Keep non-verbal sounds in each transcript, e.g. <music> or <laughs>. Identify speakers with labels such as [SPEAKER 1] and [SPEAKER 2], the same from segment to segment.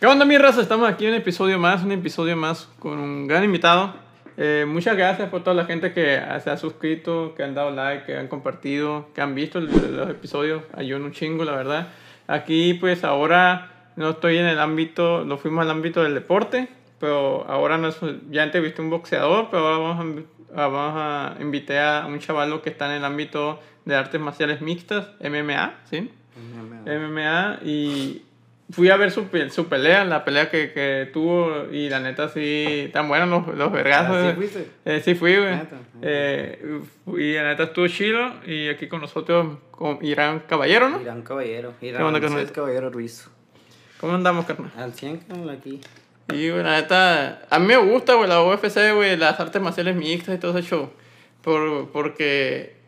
[SPEAKER 1] ¿Qué onda, mi raza? Estamos aquí en un episodio más, un episodio más con un gran invitado. Eh, muchas gracias por toda la gente que se ha suscrito, que han dado like, que han compartido, que han visto el- los episodios. Ayudan un chingo, la verdad. Aquí, pues ahora no estoy en el ámbito, nos fuimos al ámbito del deporte, pero ahora no es- ya entrevisté a un boxeador, pero ahora vamos a, invi- a- vamos a invitar a un chavalo que está en el ámbito de artes marciales mixtas, MMA, ¿sí? Eh, MMA y fui a ver su, pe- su pelea, la pelea que, que tuvo y la neta sí, tan buenos los, los vergazos.
[SPEAKER 2] Ah, ¿sí
[SPEAKER 1] güey.
[SPEAKER 2] fuiste?
[SPEAKER 1] Eh, sí fui, güey.
[SPEAKER 2] Neta, neta.
[SPEAKER 1] Eh, y la neta estuvo chido y aquí con nosotros con Irán Caballero, ¿no?
[SPEAKER 2] Irán Caballero,
[SPEAKER 1] ¿Mm? ¿Qué onda,
[SPEAKER 2] Irán
[SPEAKER 1] carnal?
[SPEAKER 2] Moisés Caballero Ruiz.
[SPEAKER 1] ¿Cómo andamos, carnal?
[SPEAKER 2] Al 100 canal aquí.
[SPEAKER 1] Y güey, la neta, a mí me gusta, güey, la UFC, güey, las artes marciales mixtas y todo ese show. Por, porque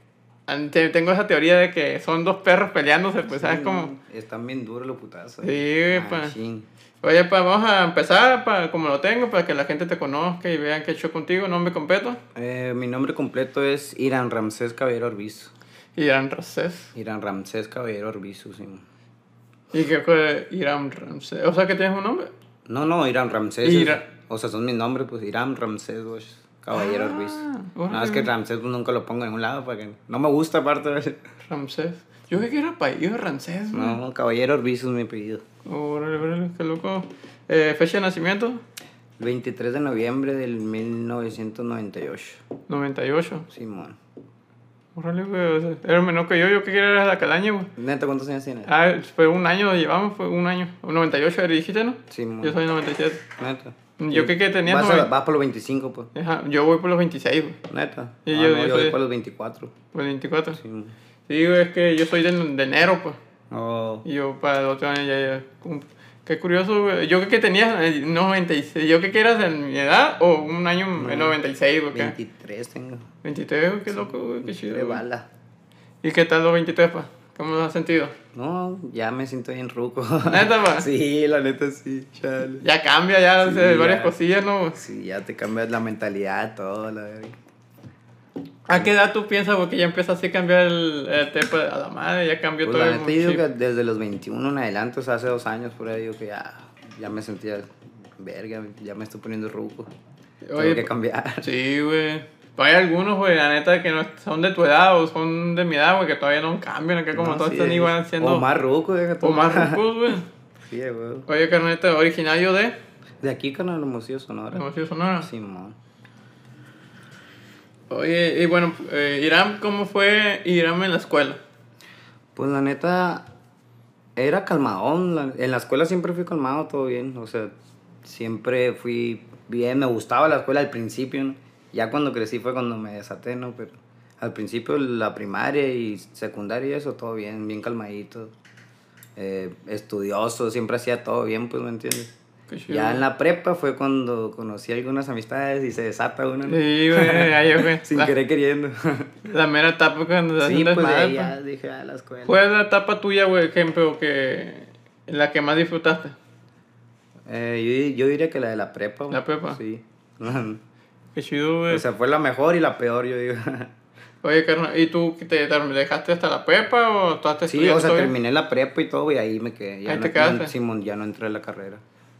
[SPEAKER 1] ante- tengo esa teoría de que son dos perros peleándose, pues, ¿sabes
[SPEAKER 2] Sí,
[SPEAKER 1] cómo?
[SPEAKER 2] no, Están bien duros los putazos.
[SPEAKER 1] Sí,
[SPEAKER 2] eh.
[SPEAKER 1] güey, pa.
[SPEAKER 2] Machín.
[SPEAKER 1] Oye, pues vamos a empezar, pa, como lo tengo, para que la gente te conozca y vean qué he hecho contigo, nombre completo.
[SPEAKER 2] Eh, mi nombre completo es Irán Ramsés Caballero Orbizo.
[SPEAKER 1] Irán Ramsés.
[SPEAKER 2] Irán Ramsés Caballero Orbizo, sí.
[SPEAKER 1] ¿Y qué fue Irán Ramsés? O sea, que tienes un nombre.
[SPEAKER 2] No, no, Irán Ramsés. es-
[SPEAKER 1] Ira-
[SPEAKER 2] O sea, son mis nombres, pues Irán Ramsés güey, Caballero
[SPEAKER 1] Ah,
[SPEAKER 2] Orbizo. No,
[SPEAKER 1] órale.
[SPEAKER 2] es que Ramsés pues, nunca lo pongo en un lado, porque no me gusta aparte. güey.
[SPEAKER 1] Ramsés. Yo creí que era apellido Ramsés, güey.
[SPEAKER 2] No, Caballero Orbizo es mi apellido.
[SPEAKER 1] Órale, órale, qué loco. Eh, fecha de nacimiento,
[SPEAKER 2] 23 de noviembre del 1998.
[SPEAKER 1] 98.
[SPEAKER 2] Simón.
[SPEAKER 1] Órale, güey, o sea, era menor que yo, yo que era la calaña, güey.
[SPEAKER 2] Neta, ¿cuántos años tienes?
[SPEAKER 1] Ah, fue un año, lo llevamos, fue un año. 98 dijiste, ¿no?
[SPEAKER 2] Sí, mon.
[SPEAKER 1] Yo soy 97.
[SPEAKER 2] Neta.
[SPEAKER 1] Yo creí que tenía
[SPEAKER 2] Vas, a-
[SPEAKER 1] noven-
[SPEAKER 2] vas por los 25, pues.
[SPEAKER 1] Ajá, yo voy por los 26, güey.
[SPEAKER 2] Neta.
[SPEAKER 1] Y
[SPEAKER 2] Ah,
[SPEAKER 1] yo-
[SPEAKER 2] no,
[SPEAKER 1] yo
[SPEAKER 2] yo
[SPEAKER 1] soy-
[SPEAKER 2] voy por los 24.
[SPEAKER 1] Por el 24.
[SPEAKER 2] Sí, mon.
[SPEAKER 1] Sí, güey, es que yo soy del- de enero, pues.
[SPEAKER 2] Oh,
[SPEAKER 1] Y yo para el otro año ya... ya cum- Qué curioso, güey. Yo creo que tenías eh, 96. Yo creo que eras de mi edad o un año en 96, güey. acá.
[SPEAKER 2] 23 tengo.
[SPEAKER 1] 23, güey, qué loco, güey, qué
[SPEAKER 2] De
[SPEAKER 1] chido. güey.
[SPEAKER 2] bala.
[SPEAKER 1] ¿Y qué tal los 23, pa? ¿Cómo lo has sentido?
[SPEAKER 2] No, ya me siento bien ruco.
[SPEAKER 1] ¿Neta, pa?
[SPEAKER 2] <laughs> Sí, la neta sí, chale.
[SPEAKER 1] Ya cambia, ya
[SPEAKER 2] Sí,
[SPEAKER 1] hace varias
[SPEAKER 2] ya.
[SPEAKER 1] cosillas, ¿no? güey?
[SPEAKER 2] Sí, ya te cambias la mentalidad, todo, la verga.
[SPEAKER 1] ¿A qué edad tú piensas, güey, que ya empieza así a cambiar el, el tema a la madre? Ya cambió
[SPEAKER 2] Pues,
[SPEAKER 1] todo
[SPEAKER 2] la
[SPEAKER 1] el
[SPEAKER 2] neta, yo digo
[SPEAKER 1] chip.
[SPEAKER 2] que desde los 21 en adelante, o sea, hace dos años por ahí, yo que ya, ya me sentía, verga, ya me estoy poniendo ruco.
[SPEAKER 1] Oye,
[SPEAKER 2] Tengo que
[SPEAKER 1] pa-
[SPEAKER 2] cambiar.
[SPEAKER 1] Sí, güey. Pero hay algunos, güey, la neta, que no son de tu edad o son de mi edad, güey, que todavía no cambian, acá como
[SPEAKER 2] No,
[SPEAKER 1] todos
[SPEAKER 2] sí, eh.
[SPEAKER 1] están igual siendo...
[SPEAKER 2] O más ruco, deja tú.
[SPEAKER 1] O más rucos, güey.
[SPEAKER 2] <laughs> Sí, eh, güey.
[SPEAKER 1] Oye, carneta, originario de...
[SPEAKER 2] De aquí, canal Hermosillo Sonora.
[SPEAKER 1] Hermosillo, Sonora.
[SPEAKER 2] Simón.
[SPEAKER 1] Oye, y bueno, eh, Irán, ¿cómo fue Irán en la escuela?
[SPEAKER 2] Pues la neta, era calmadón. la- en la escuela siempre fui calmado, todo bien. O sea, siempre fui bien. Me gustaba la escuela al principio, ¿no? Ya cuando crecí fue cuando me desaté, ¿no? Pero al principio la primaria y secundaria y eso, todo bien, bien calmadito. Eh, estudioso, siempre hacía todo bien, pues, ¿me entiendes?
[SPEAKER 1] Qué chido.
[SPEAKER 2] Ya en la prepa fue cuando conocí algunas amistades y se desata una, ¿no?
[SPEAKER 1] Sí, güey, ahí, güey.
[SPEAKER 2] <laughs> Sin
[SPEAKER 1] la,
[SPEAKER 2] querer queriendo. <laughs>
[SPEAKER 1] la mera etapa cuando se
[SPEAKER 2] sí,
[SPEAKER 1] hacen
[SPEAKER 2] pues de
[SPEAKER 1] desmadre,
[SPEAKER 2] ahí
[SPEAKER 1] pues.
[SPEAKER 2] ya dije a la escuela.
[SPEAKER 1] ¿Cuál es la etapa tuya, güey, ejemplo, que... La que más disfrutaste?
[SPEAKER 2] Eh, yo, yo diría que la de la prepa. güey.
[SPEAKER 1] ¿La prepa?
[SPEAKER 2] Sí.
[SPEAKER 1] Qué chido, güey.
[SPEAKER 2] <laughs> o sea, fue la mejor y la peor, yo digo.
[SPEAKER 1] Oye, carnal, ¿y tú que te te dejaste hasta la prepa o estás
[SPEAKER 2] sí, o sea,
[SPEAKER 1] estudiando todavía?
[SPEAKER 2] terminé la prepa y todo, y ahí me quedé. Ya
[SPEAKER 1] Ahí
[SPEAKER 2] no,
[SPEAKER 1] te quedaste. Mm.
[SPEAKER 2] no- Simón, ya no entré a la carrera.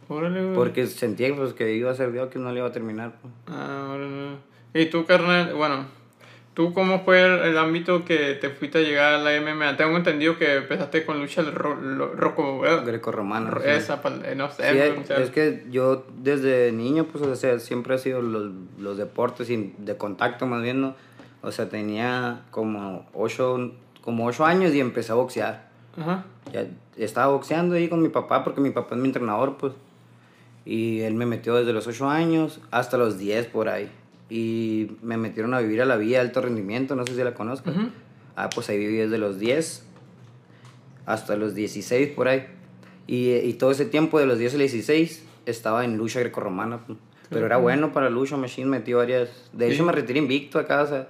[SPEAKER 1] Órale, güey.
[SPEAKER 2] Porque sentía pues, que iba a ser Dios, que no le iba a terminar. pues.
[SPEAKER 1] Ah, ahora no. Y tú, carnal, bueno, ¿tú cómo fue el, el ámbito que te fuiste a llegar a la MMA? Tengo entendido que empezaste con lucha del ro, lo- roco, ¿verdad?
[SPEAKER 2] Grecorromano.
[SPEAKER 1] Ro-
[SPEAKER 2] sí.
[SPEAKER 1] Esa, pal- eh, no sé.
[SPEAKER 2] Sí,
[SPEAKER 1] o
[SPEAKER 2] es,
[SPEAKER 1] sea,
[SPEAKER 2] es que yo desde niño, pues, o sea, siempre ha sido los, los deportes y de contacto más bien, ¿no? O sea, tenía como ocho, como ocho años y empecé a boxear.
[SPEAKER 1] Ajá.
[SPEAKER 2] Ya estaba boxeando ahí con mi papá porque mi papá es mi entrenador, pues. Y él me metió desde los 8 años hasta los 10 por ahí. Y me metieron a vivir a la vía de alto rendimiento, no sé si la conozco. Ah, pues ahí viví desde los 10 hasta los 16 por ahí. Y, y todo ese tiempo de los 10 a los 16 estaba en lucha grecorromana. pues. Pero era bueno para lucha machine, metí varias. De hecho,
[SPEAKER 1] Sí.
[SPEAKER 2] me retiré invicto acá, o sea,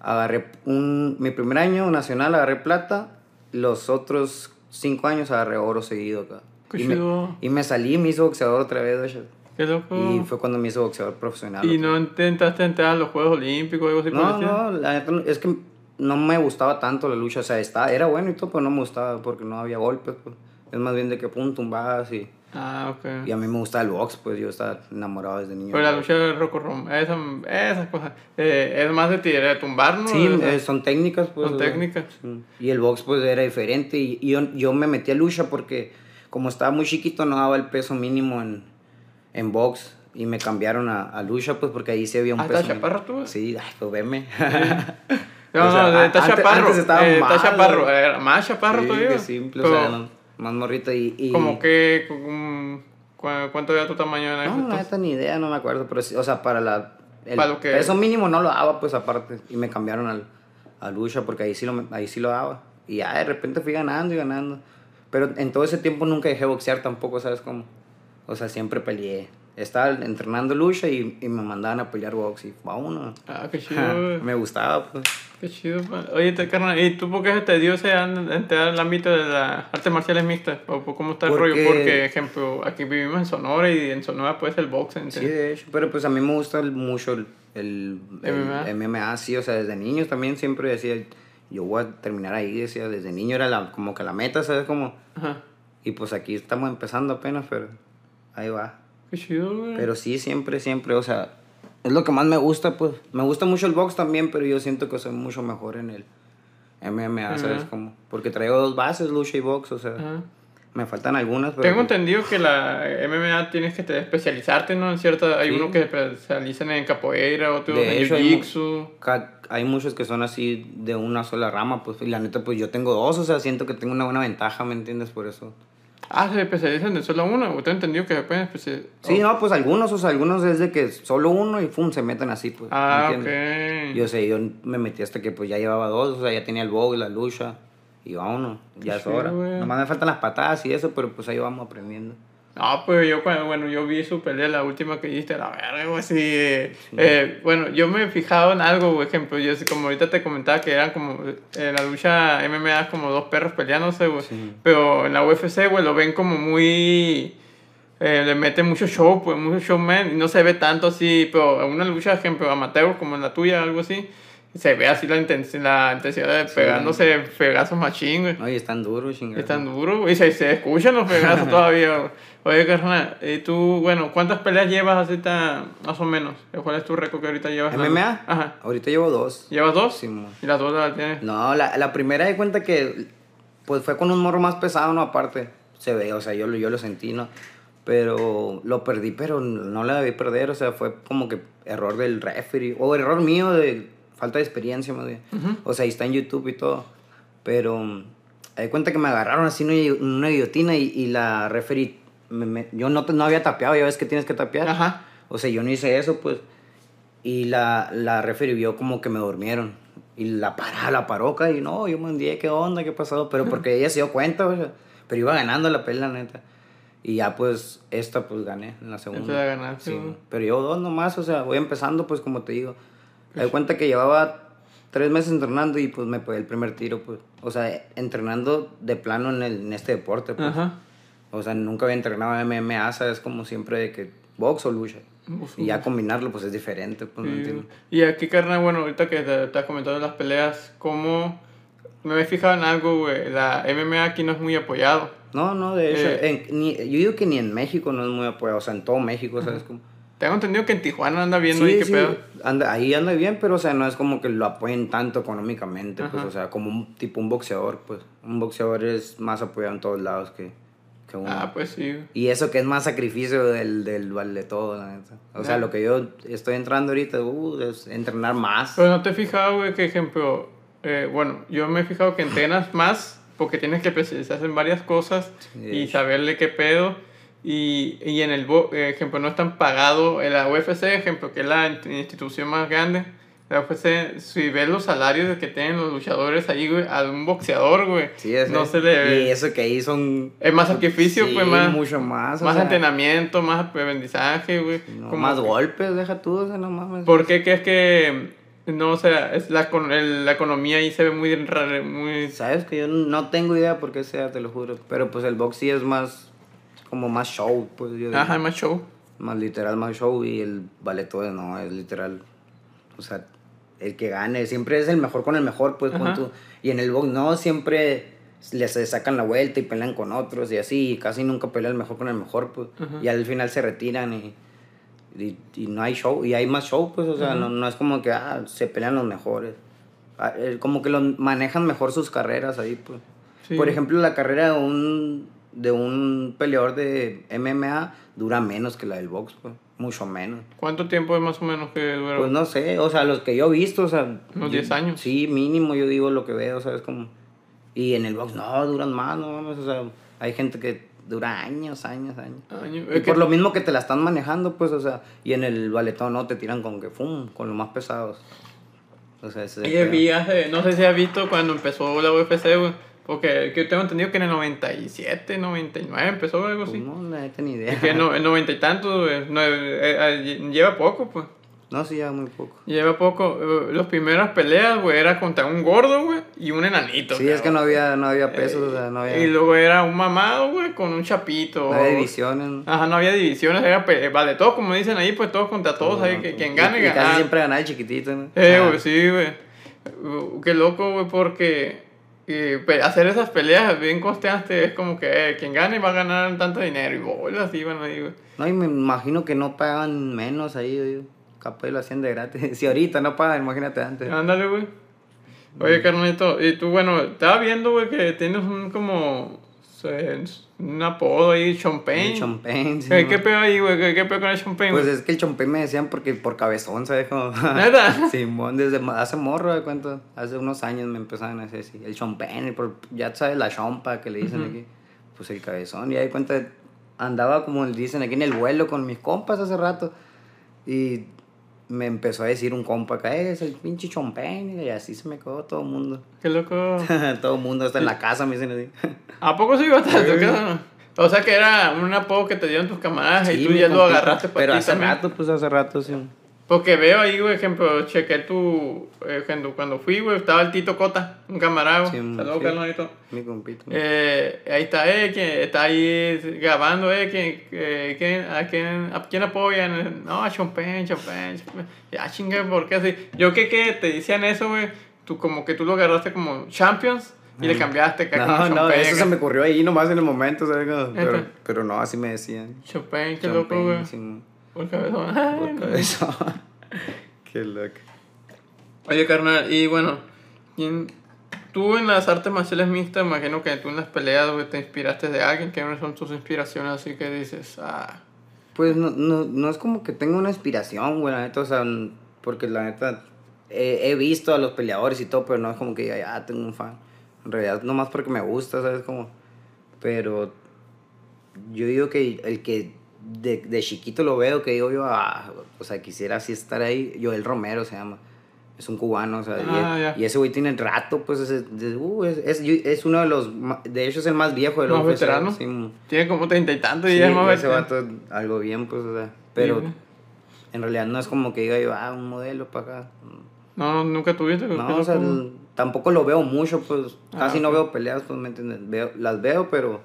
[SPEAKER 2] agarré un, mi primer año nacional agarré plata, los otros cinco años agarré oro seguido acá.
[SPEAKER 1] Qué
[SPEAKER 2] y, me,
[SPEAKER 1] chido.
[SPEAKER 2] y me salí, me hizo boxeador otra vez, güey.
[SPEAKER 1] Qué loco.
[SPEAKER 2] Y fue cuando me hizo boxeador profesional.
[SPEAKER 1] Oh. ¿Y
[SPEAKER 2] otra
[SPEAKER 1] no intentaste entrar a los Juegos Olímpicos o algo así
[SPEAKER 2] vez.
[SPEAKER 1] por el
[SPEAKER 2] no,
[SPEAKER 1] estilo?
[SPEAKER 2] no, la neta no- es que no me gustaba tanto la lucha, o sea, estaba, era bueno y todo, pero no me gustaba porque no había golpes. pues. Es más bien de que pum, tumbabas y
[SPEAKER 1] Ah, ok.
[SPEAKER 2] Y a mí me gusta el box, pues yo estaba enamorado desde niño.
[SPEAKER 1] Pero la
[SPEAKER 2] del box.
[SPEAKER 1] lucha de Rocco Rom, esa, esas cosas. Eh, es más de, ti- de tumbarnos.
[SPEAKER 2] Sí,
[SPEAKER 1] o sea,
[SPEAKER 2] eh, son técnicas, pues.
[SPEAKER 1] Son
[SPEAKER 2] o sea,
[SPEAKER 1] técnicas.
[SPEAKER 2] sí. Y el box, pues, era diferente. Y, y yo, yo me metí a lucha porque, como estaba muy chiquito, no daba el peso mínimo en, en box. Y me cambiaron a, a lucha, pues, porque ahí se había un
[SPEAKER 1] Ah,
[SPEAKER 2] peso.
[SPEAKER 1] ¿estás chaparro tú?
[SPEAKER 2] Sí, ay, pues, veme.
[SPEAKER 1] No,
[SPEAKER 2] O sea,
[SPEAKER 1] no,
[SPEAKER 2] a-
[SPEAKER 1] está
[SPEAKER 2] antes-
[SPEAKER 1] chaparro.
[SPEAKER 2] antes estaba
[SPEAKER 1] eh, está
[SPEAKER 2] malo.
[SPEAKER 1] chaparro, era más chaparro
[SPEAKER 2] <laughs> Sí,
[SPEAKER 1] todavía.
[SPEAKER 2] que simple, o
[SPEAKER 1] Pero,
[SPEAKER 2] sea, no, más morrito. Y, y-
[SPEAKER 1] Como que, como- cu- ¿cuánto era tu tamaño en
[SPEAKER 2] No,
[SPEAKER 1] eso?
[SPEAKER 2] no, la neta, ni idea, no me acuerdo. Pero, sí, o sea, para la. El
[SPEAKER 1] Para lo que-
[SPEAKER 2] peso mínimo no lo daba, pues, aparte. Y me cambiaron al, a lucha porque ahí sí, lo, ahí sí lo daba. Y ya de repente fui ganando y ganando. Pero en todo ese tiempo nunca dejé boxear tampoco, ¿sabes cómo? O sea, siempre peleé. Estaba entrenando lucha y, y me mandaban a pelear box y pa' uno.
[SPEAKER 1] Ah, qué chido, güey.
[SPEAKER 2] me gustaba, pues.
[SPEAKER 1] qué chido. pa- Oye, te, carnal, ¿y tú por qué te dio ese an- entrar al ámbito de las artes marciales mixtas? ¿O por cómo está el rollo?
[SPEAKER 2] Porque-
[SPEAKER 1] Porque, ejemplo, aquí vivimos en Sonora y en Sonora pues el boxing.
[SPEAKER 2] Sí, de hecho, pero pues a mí me gusta el- mucho el, el, el
[SPEAKER 1] MMA.
[SPEAKER 2] MMA. sí, o sea, desde niño también siempre decía, yo voy a terminar ahí, decía, desde niño era la, como que la meta, ¿sabes? Como,
[SPEAKER 1] Ajá.
[SPEAKER 2] y pues aquí estamos empezando apenas, pero ahí va.
[SPEAKER 1] Qué chido, güey.
[SPEAKER 2] Pero sí, siempre, siempre, o sea, es lo que más me gusta, pues, me gusta mucho el box también, pero yo siento que soy mucho mejor en el MMA, ¿sabes?
[SPEAKER 1] Ajá.
[SPEAKER 2] Como, porque traigo dos bases, lucha y box, o sea,
[SPEAKER 1] Ajá.
[SPEAKER 2] me faltan algunas, pero...
[SPEAKER 1] Tengo
[SPEAKER 2] pues,
[SPEAKER 1] entendido que la MMA tienes que te- especializarte, ¿no? En cierta, hay
[SPEAKER 2] Sí.
[SPEAKER 1] uno que se especializan en capoeira, otro
[SPEAKER 2] De
[SPEAKER 1] en
[SPEAKER 2] hecho, hay mu-
[SPEAKER 1] jiu-jitsu.
[SPEAKER 2] ca- hay muchos que son así de una sola rama, pues, y la neta, pues yo tengo dos, o sea, siento que tengo una buena ventaja, ¿me entiendes? Por eso.
[SPEAKER 1] Ah, se especializan en solo uno. Usted entendido que se pueden especializar.
[SPEAKER 2] Sí, no, pues algunos, o sea, algunos es de que solo uno y fum, se meten así, pues. ¿me
[SPEAKER 1] Ah,
[SPEAKER 2] entiendes?
[SPEAKER 1] ok.
[SPEAKER 2] Yo sé, yo me metí hasta que pues ya llevaba dos, o sea, ya tenía el box, la lucha, y vámonos, ya es
[SPEAKER 1] chido,
[SPEAKER 2] hora.
[SPEAKER 1] güey.
[SPEAKER 2] Nomás me faltan las patadas y eso, pero pues ahí vamos aprendiendo.
[SPEAKER 1] No, pues yo cuando, bueno, yo vi su pelea, la última que hiciste, la verga, güey, así. eh, eh, bueno, yo me he fijado en algo, por ejemplo, yo así como ahorita te comentaba que eran como, en la lucha MMA como dos perros peleándose, güey. Pero en la UFC, güey, lo ven como muy... eh, le meten mucho show, pues, mucho showman, y no se ve tanto así, pero en una lucha, ejemplo, amateur, como en la tuya, algo así, se ve así la, intensidad la intensidad de pegándose pegazos machín, güey.
[SPEAKER 2] Oye, están duros, chingada.
[SPEAKER 1] Es tan duro, güey. Se, se escuchan los
[SPEAKER 2] <laughs>
[SPEAKER 1] pedazos todavía, güey. Oye, carnal, y tú, bueno, ¿cuántas peleas llevas así tan, más o menos? ¿Cuál es tu récord que ahorita llevas? en la-
[SPEAKER 2] ¿MMA?
[SPEAKER 1] Ajá.
[SPEAKER 2] Ahorita llevo dos.
[SPEAKER 1] ¿Llevas dos?
[SPEAKER 2] Sí, mo.
[SPEAKER 1] ¿Y las dos las tienes?
[SPEAKER 2] No, la, la primera de cuenta que pues fue con un morro más pesado, no aparte. Se ve, o sea, yo, lo- yo lo sentí, ¿no? Pero lo perdí, pero no la debí perder, o sea, fue como que error del referee, o error mío de falta de experiencia, más bien. O sea, ahí está en YouTube y todo. Pero mm, me di cuenta que me agarraron así en una, gui- en una guillotina y, y la referee, me- me- yo no, no había tapeado, ya ves que tienes que tapear.
[SPEAKER 1] Ajá.
[SPEAKER 2] O sea, yo no hice eso, pues. Y la, la referee vio como que me durmieron. Y la pará, la paró, acá, y no, yo mandé, ¿qué onda? ¿Qué pasó? Pero porque ella se dio cuenta, o sea, pero iba ganando la pelea, la neta. Y ya, pues, esta, pues, gané en la segunda.
[SPEAKER 1] Esta la ganaste,
[SPEAKER 2] Sí,
[SPEAKER 1] güey.
[SPEAKER 2] Pero yo dos nomás, o sea, voy empezando, pues, como te digo. Me di cuenta que llevaba tres meses entrenando y, pues, me pegué el primer tiro, pues. O sea, entrenando de plano en, el, en este deporte, pues.
[SPEAKER 1] Ajá.
[SPEAKER 2] O sea, nunca había entrenado MMA, ¿sabes? Como siempre de que box o lucha.
[SPEAKER 1] Box o
[SPEAKER 2] Y ya combinarlo, pues es diferente, pues no
[SPEAKER 1] Y,
[SPEAKER 2] entiendo.
[SPEAKER 1] y aquí, carnal, bueno, ahorita que te, te has comentado las peleas, ¿cómo...? Me he fijado en algo, güey. La MMA aquí no es muy apoyado.
[SPEAKER 2] No, no, de hecho,
[SPEAKER 1] Eh.
[SPEAKER 2] en- ni- yo digo que ni en México no es muy apoyado, o sea, en todo México, ¿sabes? Como,
[SPEAKER 1] Tengo entendido que en Tijuana anda viendo
[SPEAKER 2] Sí,
[SPEAKER 1] ahí qué
[SPEAKER 2] sí,
[SPEAKER 1] pedo.
[SPEAKER 2] anda- ahí anda bien, pero o sea, no es como que lo apoyen tanto económicamente, pues,
[SPEAKER 1] Ajá.
[SPEAKER 2] o sea, como un tipo un boxeador, pues. Un boxeador es más apoyado en todos lados que, que uno.
[SPEAKER 1] Ah, pues sí. güey.
[SPEAKER 2] Y eso que es más sacrificio del, del vale todo, la neta. O sea,
[SPEAKER 1] Ah.
[SPEAKER 2] lo que yo estoy entrando ahorita, uh, es entrenar más.
[SPEAKER 1] Pero no te he fijado, güey, que ejemplo, eh, bueno, yo me he fijado que
[SPEAKER 2] <laughs>
[SPEAKER 1] entrenas más porque tienes que especializarse en varias cosas y
[SPEAKER 2] Sí.
[SPEAKER 1] saberle qué pedo. Y, y en el, bo- eh, ejemplo, no están pagado en la UFC, ejemplo, que es la in- institución más grande. La UFC, si ves los salarios que tienen los luchadores ahí, güey, a un boxeador, güey,
[SPEAKER 2] Sí, ya sé.
[SPEAKER 1] no se le
[SPEAKER 2] Y
[SPEAKER 1] ve.
[SPEAKER 2] eso que ahí son.
[SPEAKER 1] Es más sacrificio,
[SPEAKER 2] Sí,
[SPEAKER 1] pues, más,
[SPEAKER 2] Mucho más. o
[SPEAKER 1] más
[SPEAKER 2] sea,
[SPEAKER 1] entrenamiento, más aprendizaje, güey.
[SPEAKER 2] no,
[SPEAKER 1] Como
[SPEAKER 2] más
[SPEAKER 1] que-
[SPEAKER 2] golpes, deja tú, o sea, no mames.
[SPEAKER 1] ¿Por qué crees que no, o sea, es la, con- el- la economía ahí se ve muy, rara- muy...
[SPEAKER 2] Sabes que yo no tengo idea por qué sea, te lo juro. Pero pues el box sí es más. Como más show, pues yo digo.
[SPEAKER 1] Ajá, más show.
[SPEAKER 2] Más literal, más show. Y el ballet todo no, es literal. O sea, el que gane. Siempre es el mejor con el mejor, pues pon
[SPEAKER 1] Ajá.
[SPEAKER 2] tú. Y en el box no, siempre. les se sacan la vuelta y pelean con otros y así, y casi nunca pelea el mejor con el mejor, pues.
[SPEAKER 1] Ajá.
[SPEAKER 2] Y al final se retiran y, y, y no hay show, y hay más show, pues, o sea, no, no es como que ah, se pelean los mejores. Ah, eh, Como que los manejan mejor sus carreras ahí, pues.
[SPEAKER 1] Sí.
[SPEAKER 2] Por ejemplo, la carrera de un, de un peleador de MMA dura menos que la del box, pues, mucho menos.
[SPEAKER 1] ¿Cuánto tiempo es más o menos que dura?
[SPEAKER 2] Pues no sé, o sea, los que yo he visto, o sea...
[SPEAKER 1] Unos
[SPEAKER 2] yo-
[SPEAKER 1] 10 años.
[SPEAKER 2] Sí, mínimo, yo digo lo que veo, o sea, es como... Y en el box, no, duran más, no mames, o sea, hay gente que dura años, años, años.
[SPEAKER 1] Año-
[SPEAKER 2] Y
[SPEAKER 1] es que-
[SPEAKER 2] por lo mismo que te la están manejando, pues, o sea, y en el baletón no te tiran con que fum, con los más pesados. O sea, ese es el
[SPEAKER 1] Oye,
[SPEAKER 2] pedo.
[SPEAKER 1] vi hace- no sé si has visto cuando empezó la UFC, güey. Porque que tengo entendido que en el 97, 99 empezó algo
[SPEAKER 2] Pues,
[SPEAKER 1] así.
[SPEAKER 2] No, la neta ni
[SPEAKER 1] Y
[SPEAKER 2] idea.
[SPEAKER 1] que no, el 90 y tanto, güey, no, eh, eh, lleva poco, pues.
[SPEAKER 2] <laughs> No, sí, ya muy poco.
[SPEAKER 1] Lleva poco. eh, Las primeras peleas, güey, era contra un gordo, güey, y un enanito.
[SPEAKER 2] Sí, es que no
[SPEAKER 1] cabrón.
[SPEAKER 2] había, no había pesos, o sea, no había,
[SPEAKER 1] Y luego era un mamado, güey, con un chapito.
[SPEAKER 2] no había
[SPEAKER 1] o-
[SPEAKER 2] divisiones. ¿no?
[SPEAKER 1] Ajá, no había divisiones, era pe- eh, vale, todos como dicen ahí, pues todos contra todos, ahí, que, quien gane,
[SPEAKER 2] Y- y
[SPEAKER 1] gana.
[SPEAKER 2] Casi siempre ganaba el chiquitito, ¿no?
[SPEAKER 1] Eh, güey,
[SPEAKER 2] Ajá.
[SPEAKER 1] sí, güey. Uh, Qué loco, güey, porque eh, pe- hacer esas peleas bien constantes es como que eh, quien gane va a ganar tanto dinero y bolas, así, bueno, ahí, güey.
[SPEAKER 2] No, y me imagino que no pagan menos ahí, digo. capaz lo hacían de gratis. <laughs> Si ahorita no pagan, imagínate antes.
[SPEAKER 1] Ándale, güey. Oye, carnalito, y tú, bueno, estaba viendo, güey, que tienes un como. se- un apodo ahí, Champagne.
[SPEAKER 2] El champagne, sí,
[SPEAKER 1] Eh, ¿Qué
[SPEAKER 2] ¿no?
[SPEAKER 1] pedo ahí, güey? ¿Qué, qué pedo con el Champagne? Ah,
[SPEAKER 2] Pues
[SPEAKER 1] güey?
[SPEAKER 2] es que el champagne me decían porque por cabezón, ¿sabes? Como... <laughs>
[SPEAKER 1] ¿Neta? <laughs>
[SPEAKER 2] Simón, desde ma- hace morro, ¿de cuánto? Hace unos años me empezaron a decir así. El champagne, por- ya sabes, la chompa que le dicen aquí. Pues el cabezón, y ahí cuenta, andaba como dicen aquí en el vuelo con mis compas hace rato. Y me empezó a decir un compa acá, "Eh, es el pinche champagne, y así se me quedó todo el mundo. <laughs>
[SPEAKER 1] Qué loco.
[SPEAKER 2] Todo el mundo, hasta en la casa me dicen así.
[SPEAKER 1] ¿A poco sí bastante? O sea que era un apodo que te dieron tus camaradas y
[SPEAKER 2] Sí,
[SPEAKER 1] tú
[SPEAKER 2] mi
[SPEAKER 1] ya lo
[SPEAKER 2] compita,
[SPEAKER 1] agarraste para
[SPEAKER 2] Pero
[SPEAKER 1] ti
[SPEAKER 2] hace
[SPEAKER 1] también.
[SPEAKER 2] rato, pues hace rato, sí.
[SPEAKER 1] Porque veo ahí, güey, ejemplo, chequé tu. eh, cuando, cuando fui, güey, estaba el Tito Cota, un camarada.
[SPEAKER 2] Sí,
[SPEAKER 1] güey. Saludos,
[SPEAKER 2] sí.
[SPEAKER 1] carnalito.
[SPEAKER 2] Mi compito.
[SPEAKER 1] Eh, ahí está, eh, que está ahí grabando, eh, que, que- que- a, quién, a quién apoyan. No, a Chompen, Chompen, Chompen. Ya chinga, ¿por qué así? Yo que, que te decían eso, güey, tú como que tú lo agarraste como Champions y le cambiaste. que como
[SPEAKER 2] no, no,
[SPEAKER 1] Chompen,
[SPEAKER 2] eso
[SPEAKER 1] que-
[SPEAKER 2] se me ocurrió ahí nomás en el momento, ¿sabes? Como, Pero,
[SPEAKER 1] Neta.
[SPEAKER 2] pero no, así me decían.
[SPEAKER 1] Chompen, qué loco,
[SPEAKER 2] Champagne,
[SPEAKER 1] güey.
[SPEAKER 2] Simón.
[SPEAKER 1] Por cabezón. Ay, no.
[SPEAKER 2] Eso. <laughs> Qué loco.
[SPEAKER 1] Oye, carnal, y bueno, ¿quién- tú en las artes marciales mixtas, imagino que tú en las peleas güey, te inspiraste de alguien, que son tus inspiraciones, así que dices, ah,
[SPEAKER 2] Pues no, no, no es como que tenga una inspiración, güey, la neta, o sea, n- porque la neta he, he visto a los peleadores y todo, pero no es como que diga, "Ah, tengo un fan. En realidad, nomás porque me gusta, ¿sabes? Como, pero yo digo que el que de, de chiquito lo veo, que digo yo, "Ah, o sea, quisiera así estar ahí, Joel Romero se llama. Es un cubano, o sea, y-
[SPEAKER 1] Ah, ya.
[SPEAKER 2] y, ese güey tiene el rato, pues ese- de- uh, es, es- es uno de los, ma- de hecho es el más viejo de los
[SPEAKER 1] ¿Más veterano? tiene como treinta y tantos y ya es más
[SPEAKER 2] ese
[SPEAKER 1] veterano.
[SPEAKER 2] vato algo bien, pues, o sea,
[SPEAKER 1] Sí,
[SPEAKER 2] pero
[SPEAKER 1] güey.
[SPEAKER 2] en realidad no es como que diga yo, ah, un modelo para acá.
[SPEAKER 1] No, no, nunca tuviste. güey, qué
[SPEAKER 2] No, o sea,
[SPEAKER 1] loco, güey.
[SPEAKER 2] l- tampoco lo veo mucho, pues,
[SPEAKER 1] Ah,
[SPEAKER 2] casi no
[SPEAKER 1] ok.
[SPEAKER 2] veo peleas, pues, ¿me entiendes? Veo, las veo, pero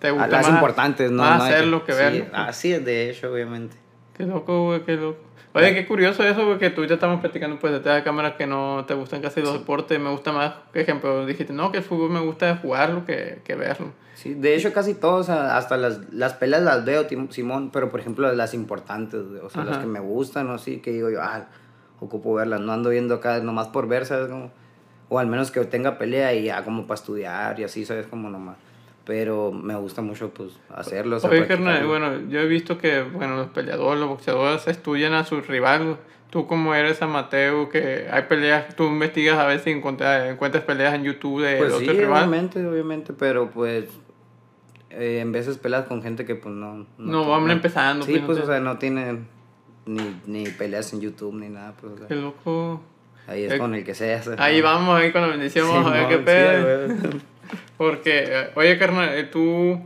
[SPEAKER 1] te
[SPEAKER 2] a-
[SPEAKER 1] gusta
[SPEAKER 2] las
[SPEAKER 1] más
[SPEAKER 2] importantes, ¿no?
[SPEAKER 1] Más
[SPEAKER 2] no hay
[SPEAKER 1] hacerlo que, verlo.
[SPEAKER 2] Sí, ah. así es, de hecho, obviamente.
[SPEAKER 1] Qué loco, güey, qué loco.
[SPEAKER 2] Ah.
[SPEAKER 1] Oye, qué curioso eso, güey, que tú y yo estamos platicando pues detrás de la cámara que no te gustan casi los deportes, me gusta más, por ejemplo, dijiste, no, que el fútbol me gusta jugarlo que, que verlo.
[SPEAKER 2] Sí, de hecho, casi todos, hasta las, las peleas las veo, Tim- Simón, pero, por ejemplo, las importantes, güey, o sea, las
[SPEAKER 1] Ajá.
[SPEAKER 2] que me gustan, o sí, que digo yo, ah, ocupo verlas, no ando viendo acá nomás por ver, ¿sabes? Como, o al menos que tenga pelea y ya como para estudiar y así, ¿sabes? Como nomás. Pero me gusta mucho, pues, hacerlo. o sea,
[SPEAKER 1] Oye, carnal,
[SPEAKER 2] practicarlo.
[SPEAKER 1] bueno, yo he visto que, bueno, los peleadores, los boxeadores estudian a sus rivales. Tú como eres amateur, que hay peleas, tú investigas a ver si encuentras, encuentras peleas en YouTube de
[SPEAKER 2] Pues
[SPEAKER 1] los
[SPEAKER 2] sí,
[SPEAKER 1] otros rivales.
[SPEAKER 2] obviamente, obviamente, pero pues eh, en veces peleas con gente que pues no...
[SPEAKER 1] No, vamos empezando,
[SPEAKER 2] Sí,
[SPEAKER 1] pues,
[SPEAKER 2] pues,
[SPEAKER 1] no
[SPEAKER 2] o
[SPEAKER 1] te-
[SPEAKER 2] sea, no tienen ni, ni peleas en YouTube ni nada, pues, o sea,
[SPEAKER 1] Qué loco.
[SPEAKER 2] ahí es
[SPEAKER 1] Eh,
[SPEAKER 2] con el que sea. o sea,
[SPEAKER 1] Ahí
[SPEAKER 2] <laughs> ¿no?
[SPEAKER 1] vamos, ahí con la bendición, vamos a ver qué
[SPEAKER 2] Simón, sí,
[SPEAKER 1] pedo.
[SPEAKER 2] güey.
[SPEAKER 1] Porque, eh, oye, carnal, eh, tú...